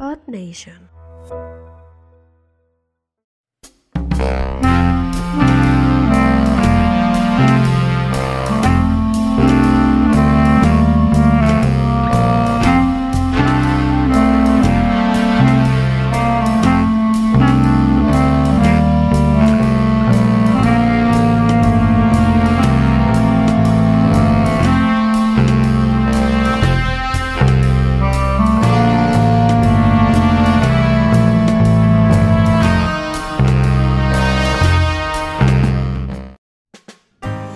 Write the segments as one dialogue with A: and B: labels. A: Earth Nation.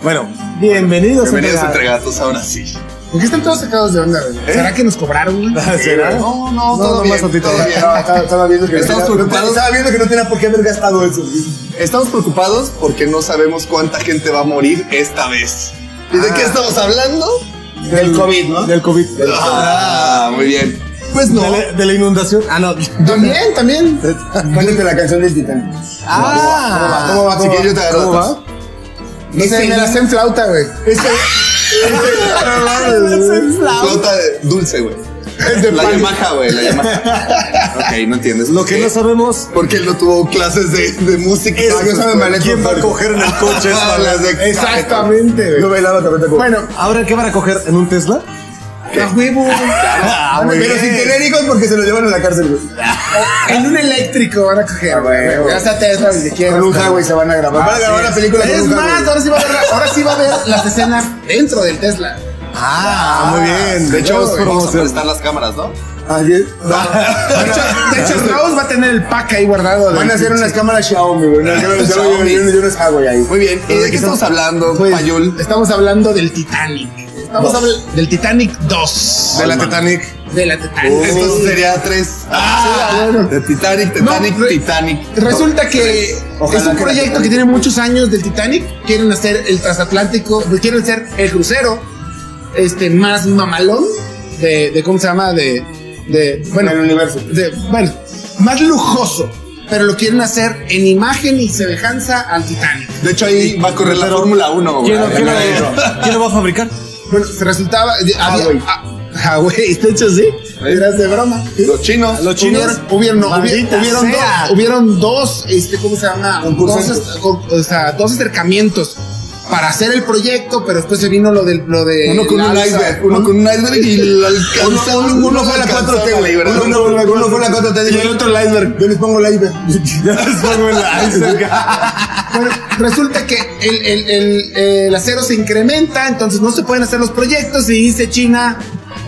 B: Bueno,
C: Bienvenidos,
B: bienvenidos
C: a
B: entre
C: entregar.
B: gatos ahora sí.
C: ¿Por qué están todos sacados de onda, güey? ¿Será que nos cobraron, güey?
B: Ah, ¿Será? No, no, todo bien,
C: nomás tantito.
B: todo bien.
C: No, estaba, estaba viendo que no
B: Estamos
C: tenía-
B: preocupados.
C: Estaba viendo que no tenía por qué haber gastado eso. güey.
B: Estamos preocupados porque no sabemos cuánta gente va a morir esta vez. ¿Y de
C: Ah.
B: qué estamos hablando?
C: Del COVID, ¿no? Del COVID. Del-
B: Ah, muy bien. Pues no.
D: De la, de la inundación. Ah, no.
C: También, también. Cántate la canción del Titán.
B: Ah, ¿cómo va? ¿Cómo va? Chiquillo, te agarro
C: ¿Cómo
B: datos.
C: va? No sé, me la sé en flauta, güey. Este,
B: Ah, Flota de- dulce, güey.
C: Es de
B: la
C: pan.
B: Yamaha, güey, la Yamaha. ok, no entiendes.
D: Lo que no
B: sabe.
D: sabemos
B: Porque él no tuvo clases de, de música.
C: Es que no sabe manejar.
D: quién va a coger en el coche.
B: Ah,
D: esa
B: las
D: vez.
B: de-
C: Exactamente, güey.
D: bailaba también te
C: Bueno,
D: Ahora, ¿qué van a coger en un Tesla?
C: a huevo.
D: Ah, muy
C: Pero
D: bien.
C: sin tener hijos porque se los llevan a la cárcel, güey. En un eléctrico van a coger, güey. Ya está Tesla, ni siquiera. Con un Huawei se van a grabar. Van a grabar la película con
D: Es
C: un
D: más,
C: Huawei.
D: ahora sí va a haber-
C: ahora sí va a ver las escenas dentro del Tesla.
D: Ah, muy bien.
B: De hecho,
D: Vamos a
B: vamos a
D: promocionar.
B: prestar las cámaras, ¿no?
C: De hecho, de hecho Raúl va a tener el pack ahí guardado. Van a hacer unas cámaras Xiaomi, güey. Unas cámaras
B: Xiaomi.
C: Xiaomi y unos- y unos Huawei ahí.
B: Muy bien. ¿Y de qué estamos hablando,
C: Pues,
B: Payul?
C: Estamos hablando del Titanic. Estamos hablando del Titanic 2.
B: De la Titanic.
C: De la Titanic.
B: Entonces sería tres.
C: Ah,
B: Ah,
C: bueno.
B: de Titanic, Titanic,
C: No, re-
B: Titanic.
C: Resulta que
B: Ojalá
C: es un
B: que la
C: proyecto que tiene muchos años del Titanic. Quieren hacer el transatlántico, quieren hacer el crucero este más mamalón de, de ¿cómo se llama? De, de bueno,
D: Del universo.
C: de- bueno, más lujoso, pero lo quieren hacer en imagen y semejanza al Titanic.
B: De hecho, ahí va a correr la
D: Pero-
B: Fórmula 1.
D: ¿Quién lo- quién lo- quién lo va a fabricar?
C: Bueno, se resultaba
B: Huawei.
C: había- ah, Huawei, de hecho sí, eras de broma.
B: Los chinos.
D: Los chinos.
C: Hubieron, hubieron, no,
D: Maldita
C: hubieron, hubieron
D: sea.
C: dos, hubieron dos, este, ¿cómo se llama? Dos,
D: Concursantes.
C: est- con- o sea, dos acercamientos para hacer el proyecto, pero después se vino lo, del, lo de...
B: Uno con
C: la
B: un
C: alza.
B: iceberg, Eh, uno con un iceberg y lo alcanzó.
C: Uno- uno- uno
B: fue a la 4T, güey. ¿verdad?
C: Uno- uno- uno fue a la 4T,
B: Y el otro la iceberg.
C: Yo les pongo el iceberg.
D: Pongo el iceberg.
C: Bueno, resulta que el, el- el- el acero se incrementa, entonces no se pueden hacer los proyectos y dice China,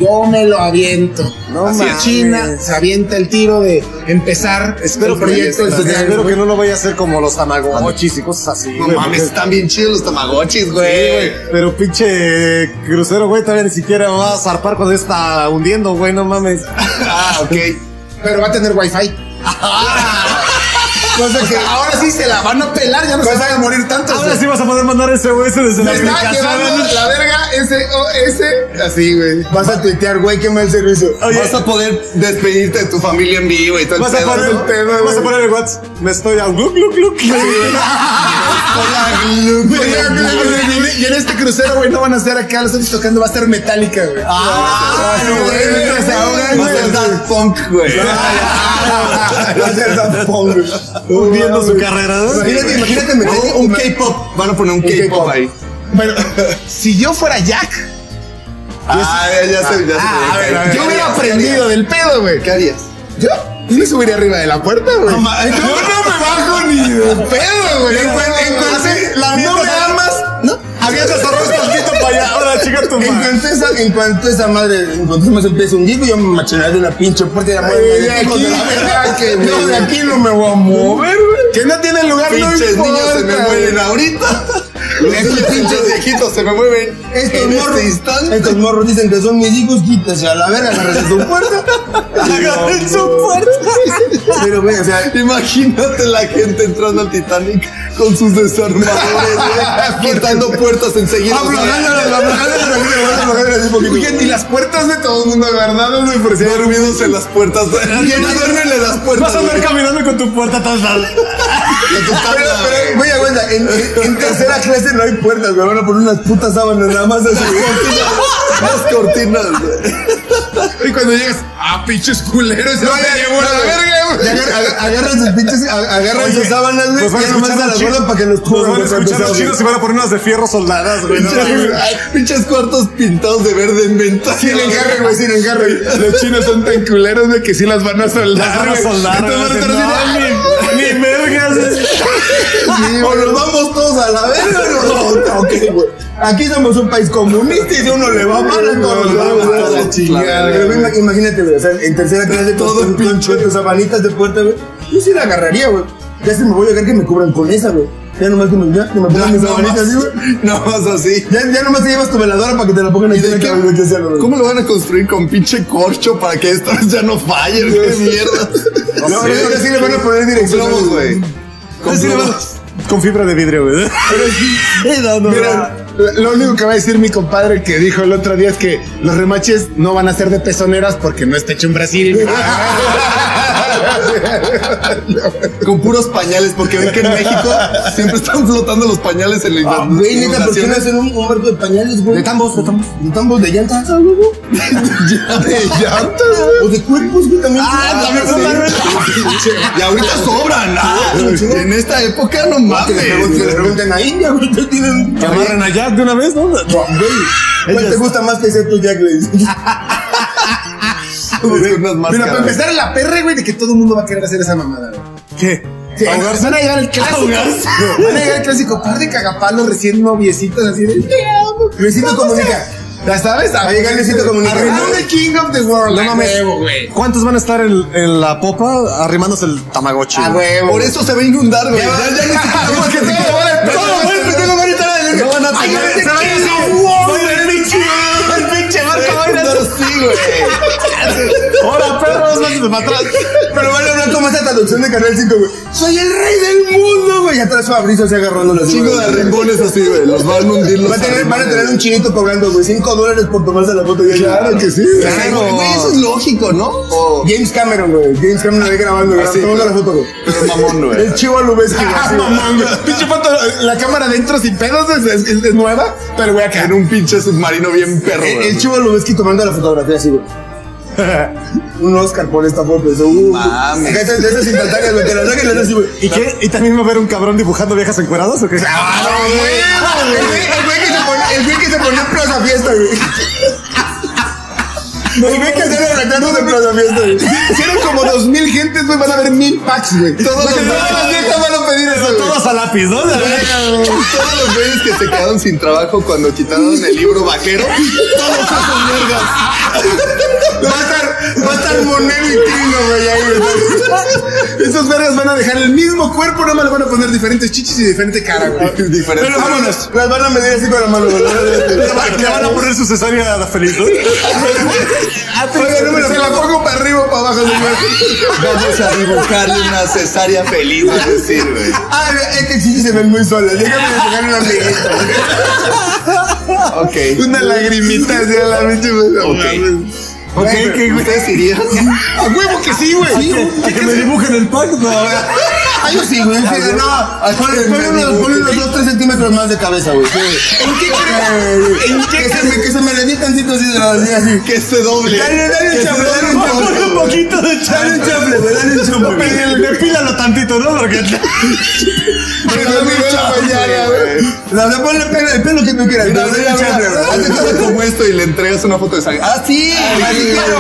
C: yo me lo aviento.
D: No
C: Así es.
D: mames.
C: China se avienta el tiro de empezar
D: Espero,
C: el
D: que,
C: proyecto. del Titanic,
D: espero
C: güey.
D: que no lo vaya a hacer como los tamagotchis y cosas así.
B: No
D: güey,
B: mames,
D: porque-
B: están bien chidos los tamagotchis,
D: Sí,
B: güey.
D: güey, Pero pinche crucero, güey, todavía ni siquiera va a zarpar cuando está hundiendo, güey, no mames.
B: Ah, ok.
C: Pero va a tener wifi. Cosa que ahora sí se la van a pelar, ya no se van a Pues morir tantos.
D: Ahora
C: güey.
D: sí vas a poder mandar SOS desde la
C: Me está llevando
D: aplicación.
C: la verga ese o ese. Así, güey. Vas a tuitear, güey, qué mal servicio.
D: Oye.
B: Vas a poder despedirte de tu familia en vivo y todo el
D: Vas a
B: pedo.
D: poner
B: ¿no?
C: pedo, güey.
D: vas a poner el WhatsApp. Me estoy a gluk, gluk, gluk.
B: Hola, Glu-
C: Güey, ya, mira, güey, güey, güey, Y en este crucero, güey, no van a ser acá, los estoy tocando, va a ser metálica, güey.
B: Ah,
C: no,
B: güey,
C: güey,
B: mientras
C: güey,
B: ahogan,
C: güey.
B: Va a ser Daft Punk, güey.
C: Va a ser Daft Punk, güey.
D: Hundiendo su carrera. ¿no?
C: Imagínate, imagínate
B: No,
C: meter
B: un K-pop. Van a poner un K-pop
C: K-pop.
B: ahí.
C: Bueno, si yo fuera Jack,
B: Ah, ya se, ya se.
C: ah, a ver, a ver, yo hubiera aprendido del pedo, güey.
B: ¿Qué harías?
C: Yo yo me subiría arriba de la puerta, güey.
B: No ma-
C: yo no me bajo ni de pedo, güey. En cuan- en cuan-
D: la
C: no me amas, no.
D: Avientas arroz tantito para allá. Ahora, chica tu
C: En
D: madre.
C: cuanto esa, en cuanto esa madre, en cuanto se me empieza un disco, yo me macharé de una pinche puerta y la madre.
D: de aquí,
C: no, de aquí no me voy a mover, güey. Que no tiene lugar,
B: Pinches
C: no
B: niños
C: importa,
B: se me
C: güey.
B: mueven ahorita. Estos pinches viejitos se me mueven.
C: Estos
B: en
C: morros,
B: este instante.
C: estos morros dicen que son mis hijos, quítase a la verga, agarres tu puerta.
B: Agarren su
C: puerta. Pero, güey, o sea,
B: Imagínate la gente entrando al Titanic con sus desarmadores, güey, quitando puertas enseguida.
C: Y las puertas de todo el mundo guardadas, güey, por si hay ruido.
B: Dormidos en las puertas. ¿Quién duerme en las puertas?
D: Vas a andar
B: güey?
D: caminando con tu puerta tan
B: Con tu
C: Pero,
B: tabla,
C: pero, güey, aguanta, en, en tercera clase no hay puertas, güey, van a poner unas putas sábanas nada más así. güey.
B: Las cortinas, güey.
C: Y cuando llegas, ah, pinches culeros, ya me llevó la verga,
B: Y
C: güey.
B: agar- agar- Agarran sus pinches, a- agarran
D: Oye,
B: sus sábanas, güey.
D: nos van a
B: Y nomás
D: escuchar
B: se
D: los
B: las
D: chinos.
B: guardan para que los
D: Nos van
B: cubran,
D: a
B: güey,
D: escuchar
B: cuando
D: los
B: se
D: chinos y van a poner unas de fierro soldadas, güey. no mames.
B: abren. Ay, Pinches cuartos pintados de verde en venta.
C: Sin engarre, güey, sin engarre. Los chinos son tan culeros, güey, que sí las van a
D: Las
C: soldar,
D: van a
C: güey.
D: soldar,
C: Entonces van a
D: güey.
C: estar así de,
D: No, ni- Ni vergas.
B: O nos vamos todos a la verga. no, no, ok, güey. Aquí somos un país comunista y si uno le va mal, a todos
C: Nos
B: nos
C: vamos
B: vamos
C: a la chingada,
B: Pero ve, ima- imagínate, güey, o sea, en tercera clase todo el pinche tus sabanitas de puerta, güey. Yo sí la agarraría, güey. Ya se me voy a dejar que me cubran con esa, güey. Ya nomás que me, ya, que me pongan mis sabanitas así, güey.
D: No más así.
B: Ya, ya nomás te llevas tu veladora para que te la pongan ahí en la
D: qué-
B: cabeza, que sea lo mismo.
D: ¿Cómo lo van a construir con pinche corcho para que esto ya no falle? ¡Qué mierda!
B: No, pero ahora sí le van a poner dirección.
D: Con plomos, güey.
B: Con plomos.
D: Con fibra de vidrio, güey.
C: Mira, lo único que va a decir mi compadre que dijo el otro día es que los remaches no van a ser de pezoneras porque no está hecho en Brasil. Ah,
D: Con puros pañales, porque ven que en México siempre están flotando los pañales en la
B: Ah, Güey, neta, ¿por qué no hacen un, un barco de pañales, güey?
D: De tambos, de tambos.
B: De tambos, de llantas, ah, güey, güey.
D: De llantas,
B: O de cuerpos, güey, también.
D: Ah, también
B: sí.
D: Y ahorita sobran. ah. en esta época no
B: Que le
D: mames.
B: pregunten- que le pregunten a India, güey, que tienen...
D: Que amarren a Jack de una vez, ¿no?
B: Güey, ¿cuál te gusta más que sea tu Jack, güey?
D: Unas
C: Mira, para
D: máscaras.
C: empezar la perra, güey, de que todo el mundo va a querer hacer esa mamada, güey.
D: ¿Qué?
C: Sí, van a llegar el clásico. Van a llegar el clásico par de cagapalos recién noviecitos así de te amo.
B: Luisito comunica.
C: ¿Ya sabes? Este,
B: Va a llegar Luisito Comunica.
C: Arruinó the King of the World. No güey.
D: ¿Cuántos van a estar en, en la popa arrimándose el tamagotchi?
C: A huevo.
D: Por eso se va a inundar, güey. Ya, ya, ni siquiera-
C: Porque todo lo van a-
D: Todo lo van a meter, lo van a estar a la verga.
B: van a
D: Ay,
B: tener-
D: se van a decir, "Wow, el pinche- el pinche barco va a ir así, güey. Ahora, perros, váyanse para atrás.
B: Pero van a hablar como esa traducción de Canal 5, güey. Soy el rey del mundo, güey. Y atrás Fabrizio se agarrando las
D: Chingo de rincones así, güey. Los van a hundir los
B: Van a tener, van a tener
D: arrimbones.
B: un chinito cobrando, güey, 5 dólares por tomarse la foto. Claro
C: que sí.
D: Claro. Güey, eso es lógico, ¿no? O-
B: James Cameron, güey. James Cameron ahí grabando, güey.
D: Ah, sí.
B: tomando la foto, güey.
D: Pero mamón, güey.
B: El chivo Lubeski, güey.
C: Ah,
B: así, güey.
C: mamón, güey. Pinche foto, la cámara adentro sin pedos es, es- es- es nueva, pero güey, acá.
D: En un pinche submarino bien perro,
B: El,
D: güey.
B: el chivo Lubeski tomando la fotografía así, güey. Un Oscar por esta foto. Eso, uh,
D: Mames.
B: Acá están De esas instantáneas, güey. Que las saquen las así, güey.
D: ¿Y qué? ¿Y también va a haber un cabrón dibujando viejas encueradas o qué?
B: ¡Ah, no, güey! El güey- el güey que se pone- El güey que se pone en plaza fiesta, güey. El güey que se le retratos de plaza fiesta, güey.
C: Hicieron como dos mil gentes, güey, van a haber mil packs, güey.
D: Todos
C: Van a-
D: los-
C: todas las viejas van a pedir eso, güey.
D: Todos a lápiz, ¿no? La verga, Todos los güeyes que se quedaron sin trabajo cuando quitaron el libro vaquero. Todos esos mierdas.
B: Va a estar, va a estar Monero y Trino, güey, ahí, güey.
C: Esos vergas van a dejar el mismo cuerpo, nada más le van a poner diferentes chichis y diferente cara, güey.
D: Diferente.
B: Pero vámonos. Las van a medir así con la mano, güey.
D: Le van- le van a poner su cesárea a la feliz, ¿no?
C: Oiga, no me la- se la pongo para arriba o para abajo, señor.
D: Vamos a dibujarle una cesárea feliz, a decir, güey.
B: Ah, es que sí se ven muy solas. Déjame dejar una amiguita.
D: Ok.
C: Una lagrimita hacia la pinche.
D: Ok. Ok, ¿qué ustedes irían?
C: A huevo que sí, güey.
D: A que me dibujen el pack, no.
B: Ah, yo sí, güey. sí,
D: Ah,
B: No, ponle- ponle unos, ponle unos dos, tres centímetros más de cabeza, güey. ¿En qué crees? ¿En qué que se, me, que se me le di tantito así, así, así.
D: Que se doble.
B: Dale, dale un chafle, dale un chafle.
D: Un poquito de
B: Dale un chafle, güey, dale un chafle.
D: Depílalo tantito, ¿no? Porque.
B: Pero no me
D: Chafle,
B: chafle, ya, ya, güey. O sea, ponle el pelo, el pelo que tú quieras.
D: Mira,
B: pero dale
D: mira,
B: un chafle,
D: mira,
B: güey.
D: haces cosas como esto y le entregas una foto de sangre. ¡Ah, sí! Ah,
B: Así quiero,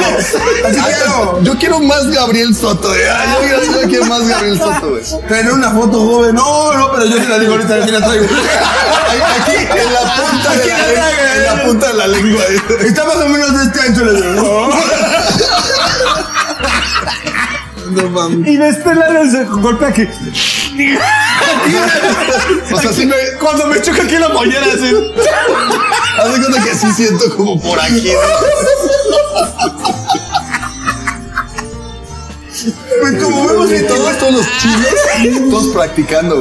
B: así quiero.
D: Yo quiero más Gabriel Soto, eh. Ah, Yo, quiero- yo quiero más Gabriel Soto, güey.
B: Tener una foto joven. No, no, pero yo se la digo ahorita, aquí la traigo.
D: Aquí, en la punta de
B: Aquí
D: la,
B: la
D: lengua.
B: traga,
D: En la punta de la lengua. eh.
B: Está más o menos de este ancho, le digo.
D: Y de este lado se golpea aquí. O sea, sí me, cuando me choca aquí la mollera, así. Haz de cuenta que sí siento como por aquí.
B: Pues como vemos
D: Y
B: en todo
D: todos, todos los chinos, todos practicando,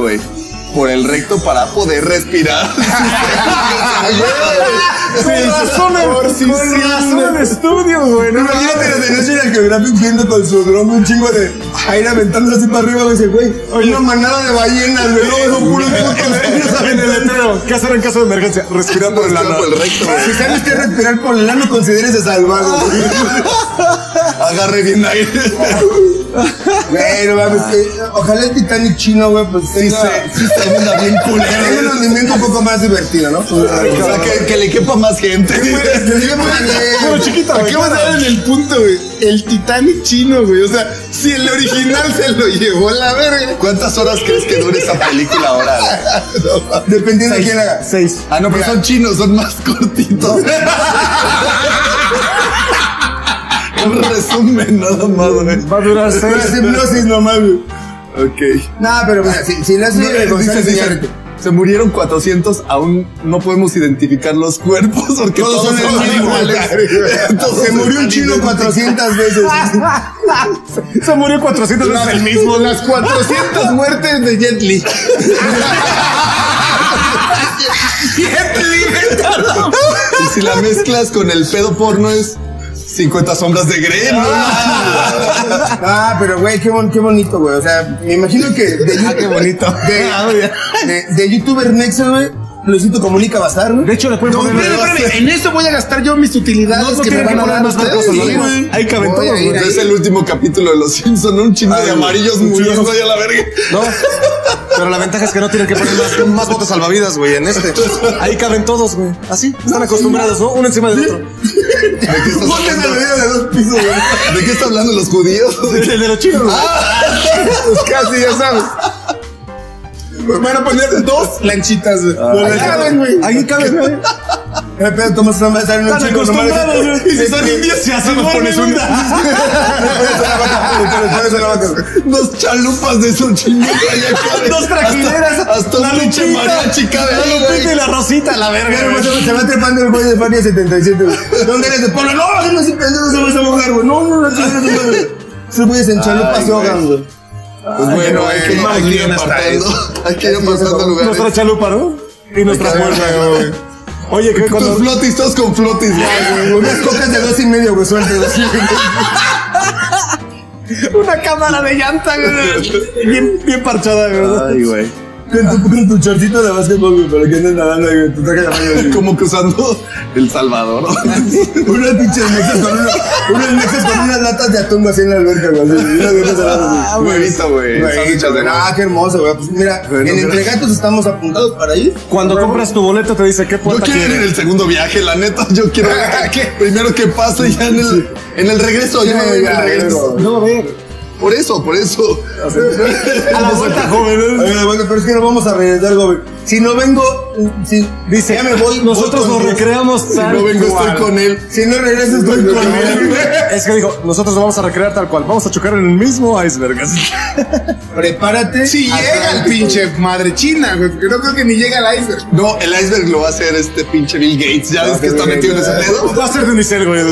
D: güey. Por el recto para poder respirar.
E: Con razón en- con razón en estudios, güey. No
D: Imagínate los de National Geographic viendo con su dron un chingo de aire aventando así para arriba, güey. dice, Güey, una manada de ballenas, güey. Luego son puros putos
E: En el letrero, ¿qué hacer en caso de emergencia? Respirar por el
B: Respira
E: ano.
B: por el
D: Si
B: recto, güey.
D: sabes que respirar por el ano, considérese salvado, güey.
B: Agarre bien aire.
D: Güey, no mames, que- ojalá el Titanic chino, güey, pues tenga,
B: Sí, se anda bien
D: tenga un
B: culero.
D: rendimiento un poco más divertido, ¿no? Pues,
B: Ay, O sea, que, que le quepa más gente.
D: que diga, madre,
E: Puro chiquito, güey.
C: Acabo de dar en el punto, güey. El Titanic chino, güey. O sea, si el original se lo llevó a la verga.
B: ¿Cuántas horas crees que dure esa película ahora? güey?
D: Dependiendo de quién la haga.
E: Seis.
B: Ah, no, pero son chinos, son más cortitos. Un resumen, nada más, güey.
E: Va a durar
D: Las
E: seis.
D: hipnosis nomás, güey.
B: Ok.
C: Ah,
D: Nah, pero
C: pues,
D: mira, si, si le hace
B: Dice,
D: González
B: dice,
D: Iñárritu.
B: se murieron 400, aún no podemos identificar los cuerpos porque
D: Todos son el mismo.
B: Todos
D: Se murió un
B: están
D: chino
B: idénticos.
D: 400 veces.
E: Se murió 400 veces el mismo.
C: Las 400 muertes de Jet Li.
B: Y si la mezclas con el pedo porno es 50 sombras de Grey. ¿no?
D: Ah, pero güey, qué, bon- qué bonito, güey. O sea, me imagino que de,
B: Ah, qué bonito.
E: Ah,
D: de, de, de youtuber Nexo, güey, Luisito comunica bastar,
E: De
D: güey.
E: hecho, le pueden poner.
C: Espérame, espérame, En eso voy a gastar yo mis utilidades
E: No, no
C: que me
E: tiene
C: van
E: que
C: a
E: poner
C: dar
E: más
C: ustedes.
E: cosas,
C: Sí,
E: lo digo.
C: güey.
E: Hay que aventar
C: Voy a
E: todos,
C: ir
E: güey.
B: Es
C: ahí.
B: el último capítulo de Los Simpson, un chingo
E: Ay,
B: de amarillos
E: un chingo.
B: muriendo ahí a la verga.
E: No. Pero la ventaja es que no tienen que poner más, más botes salvavidas, güey, en este. Ahí caben todos, güey. Así. Están acostumbrados, ¿no? Uno encima del otro.
B: ¿De qué estás
D: Pónganse
B: hablando?
D: la vida de dos pisos, güey.
B: ¿De qué están hablando los judíos?
E: El de los chinos, güey.
D: Ah, Pues casi, ya sabes.
C: Van a poner dos planchitas. güey.
D: ahí
C: Ahí caben, güey.
E: Ahí caben, güey.
D: Eh, pero tomas una mesa en un
E: Están
D: chingo nomás.
E: acostumbrados, güey.
D: Y si son indios,
E: si así nos pones un.
D: pones a la vaca, güey, te lo pones a la vaca, güey.
B: Dos chalupas de esos chingados allá caben.
E: Dos trajineras.
B: Hasta, hasta
E: La
B: un pinche
E: Lupita.
B: mariachi cabe
E: La
B: ahí,
E: Lupita
B: güey.
E: y la Rosita, la verga,
D: Pero,
E: güey.
D: güey, Se va- se va trepando el güey de Fania 77. güey. ¿Dónde eres de Puebla? No, yo no soy pendejo, se va a ahogar, güey. No, no, no, no, no, no, no. Esos güeyes en chalupas se ahogan, güey.
B: Pues bueno, hay
E: eh,
B: que,
C: vamos
B: hay que ir
C: bien hasta
B: apartando. Hay que ir apartando lugares.
E: Nuestra chalupa, ¿no? Y nuestra puerta, eh. güey. Oye, que
B: Tus
E: cuando.
B: flotis, todos con flotis, güey.
D: Unas cocas de dos y medio, güey, suerte. güey.
E: Una cámara de llanta, güey. Bien, bien parchada, güey.
B: güey.
D: Con tu, con tu chorcito de básquetbol, güey, para que andes nadando, ahí, güey. Tu traje de baño, güey.
B: Como cruzando El Salvador.
D: Unos pinches mexas con una, unos mexas con unas latas de atún así en la alberca, güey. así, y unas gotas saladas, güey.
B: Un Huevito, güey.
D: Güey,
B: Sándwiches de
D: Ah,
B: nada.
D: qué hermoso, güey. Pues mira, en Entre Gatos estamos apuntados para ir.
E: Cuando compras tu boleto, te dice qué
B: Yo
E: puerta
B: quiero ir en
E: quieres.
B: el segundo viaje, la neta. Yo quiero
E: Ah,
B: que primero que pase y ya en el, en el regreso. Yo me voy en el
D: ya,
B: regreso.
E: No, a ver.
B: Por eso, por eso.
E: A la vuelta, joven.
D: Oigan, bueno, pero es que no vamos a regresar, güey. Si no vengo, si,
E: Dice,
D: ya me voy.
E: nosotros
D: voy con
E: nos
D: Dios.
E: recreamos
B: Si
E: tal
B: no vengo, estoy
E: cual.
B: con él.
D: Si no regresas, estoy con él.
E: Es que dijo, nosotros lo vamos a recrear tal cual, vamos a chocar en el mismo iceberg. así que-
D: Prepárate.
C: Si llega el pinche madre china, güey. Porque no creo que ni llega al iceberg.
B: No, el iceberg lo va a hacer este pinche Bill Gates. Ya ves que está metido en ese pedo.
E: Va a ser de unicel, güey.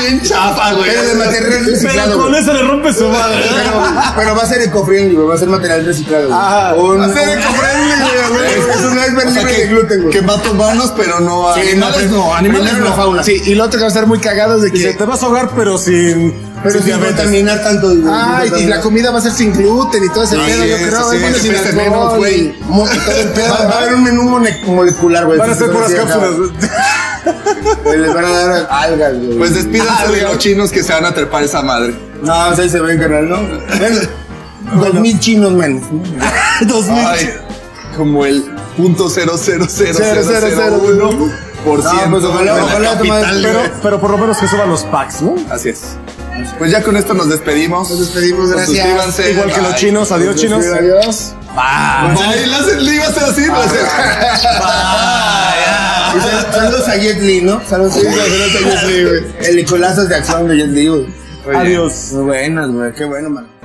B: Bien chafa, güey.
D: Pero de material reciclado.
E: Pero con
D: güey.
E: eso le rompe su madre.
D: Pero, pero va a ser eco-friendly, güey. Va a ser material reciclado. güey.
E: Ajá.
D: Un-
E: Va a
D: un-
E: ser
D: Es un iceberg
B: O sea,
D: libre
B: que,
D: de gluten, güey.
B: que mata humanos, pero no a
D: Sí,
B: animales.
D: no,
B: No, animales
D: primero
B: no.
D: la fauna.
C: Sí, y lo otro que va a estar muy cagado es de
E: Dice,
C: que.
E: te vas a ahogar, pero sin,
D: Pero sin contaminar tanto. güey, sin
C: Ay, y
D: contaminar.
C: la comida va a ser sin gluten y todo ese
B: Así
C: pedo, yo
B: es,
C: creo.
B: así
C: güey,
B: es,
C: sin
B: peste
C: alcohol
B: menos,
C: y-
B: güey.
D: Mo- todo el pedo. Va a haber un menú mole- molecular, güey.
E: Van a ser
D: Sí,
E: puras
D: sí, acá.
E: cápsulas.
D: Güey, Les van a dar algas, güey.
B: Pues despídanse de los chinos que se van a trepar esa madre.
D: No, pues ahí se ven, carnal, ¿no? Bueno, dos mil chinos menos. ¿no?
E: Dos mil.
B: Ay, como el punto cero cero cero cero cero cero uno por
D: No,
B: ciento
D: pues ojalá-
B: de la
D: ojalá
B: capital,
D: tomas-
E: Pero,
B: güey.
E: pero por lo menos que suban los packs, ¿no?
B: Así es. Pues ya con esto nos despedimos. Nos
C: despedimos, gracias.
B: Suscríbanse.
E: Igual que los
B: Bye.
E: chinos, adiós chinos.
D: Pues,
E: Ah.
D: Sí, Adiós.
B: Bye, le haces- le ibas a hacer así. pues. le haces-
D: Y sal- Saludos a Jet Li, ¿no? Saludos saludos a Jet Li, güey. El Nicolazos de acción de Jet Li, güey.
E: Adiós.
D: Muy buenas, güey. Qué bueno, man.